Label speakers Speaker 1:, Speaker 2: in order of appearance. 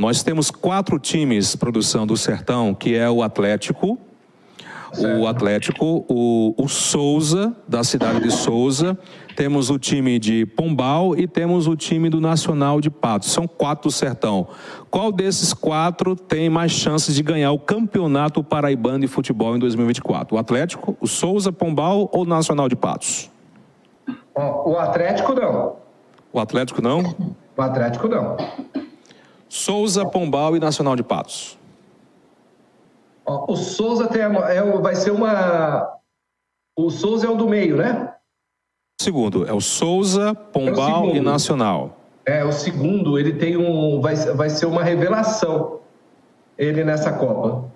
Speaker 1: Nós temos quatro times produção do Sertão, que é o Atlético, o Atlético, o, o Souza, da cidade de Souza, temos o time de Pombal e temos o time do Nacional de Patos. São quatro do Sertão. Qual desses quatro tem mais chances de ganhar o Campeonato Paraibano de Futebol em 2024? O Atlético, o Souza, Pombal ou o Nacional de Patos?
Speaker 2: Ó, o Atlético não.
Speaker 1: O Atlético não?
Speaker 2: O Atlético não.
Speaker 1: Souza, Pombal e Nacional de Patos.
Speaker 2: Ó, o Souza tem a- é o- vai ser uma. O Souza é o do meio, né?
Speaker 1: Segundo, é o Souza, Pombal e
Speaker 2: segundo.
Speaker 1: Nacional.
Speaker 2: É, o segundo, ele tem um. Vai, vai ser uma revelação, ele nessa Copa.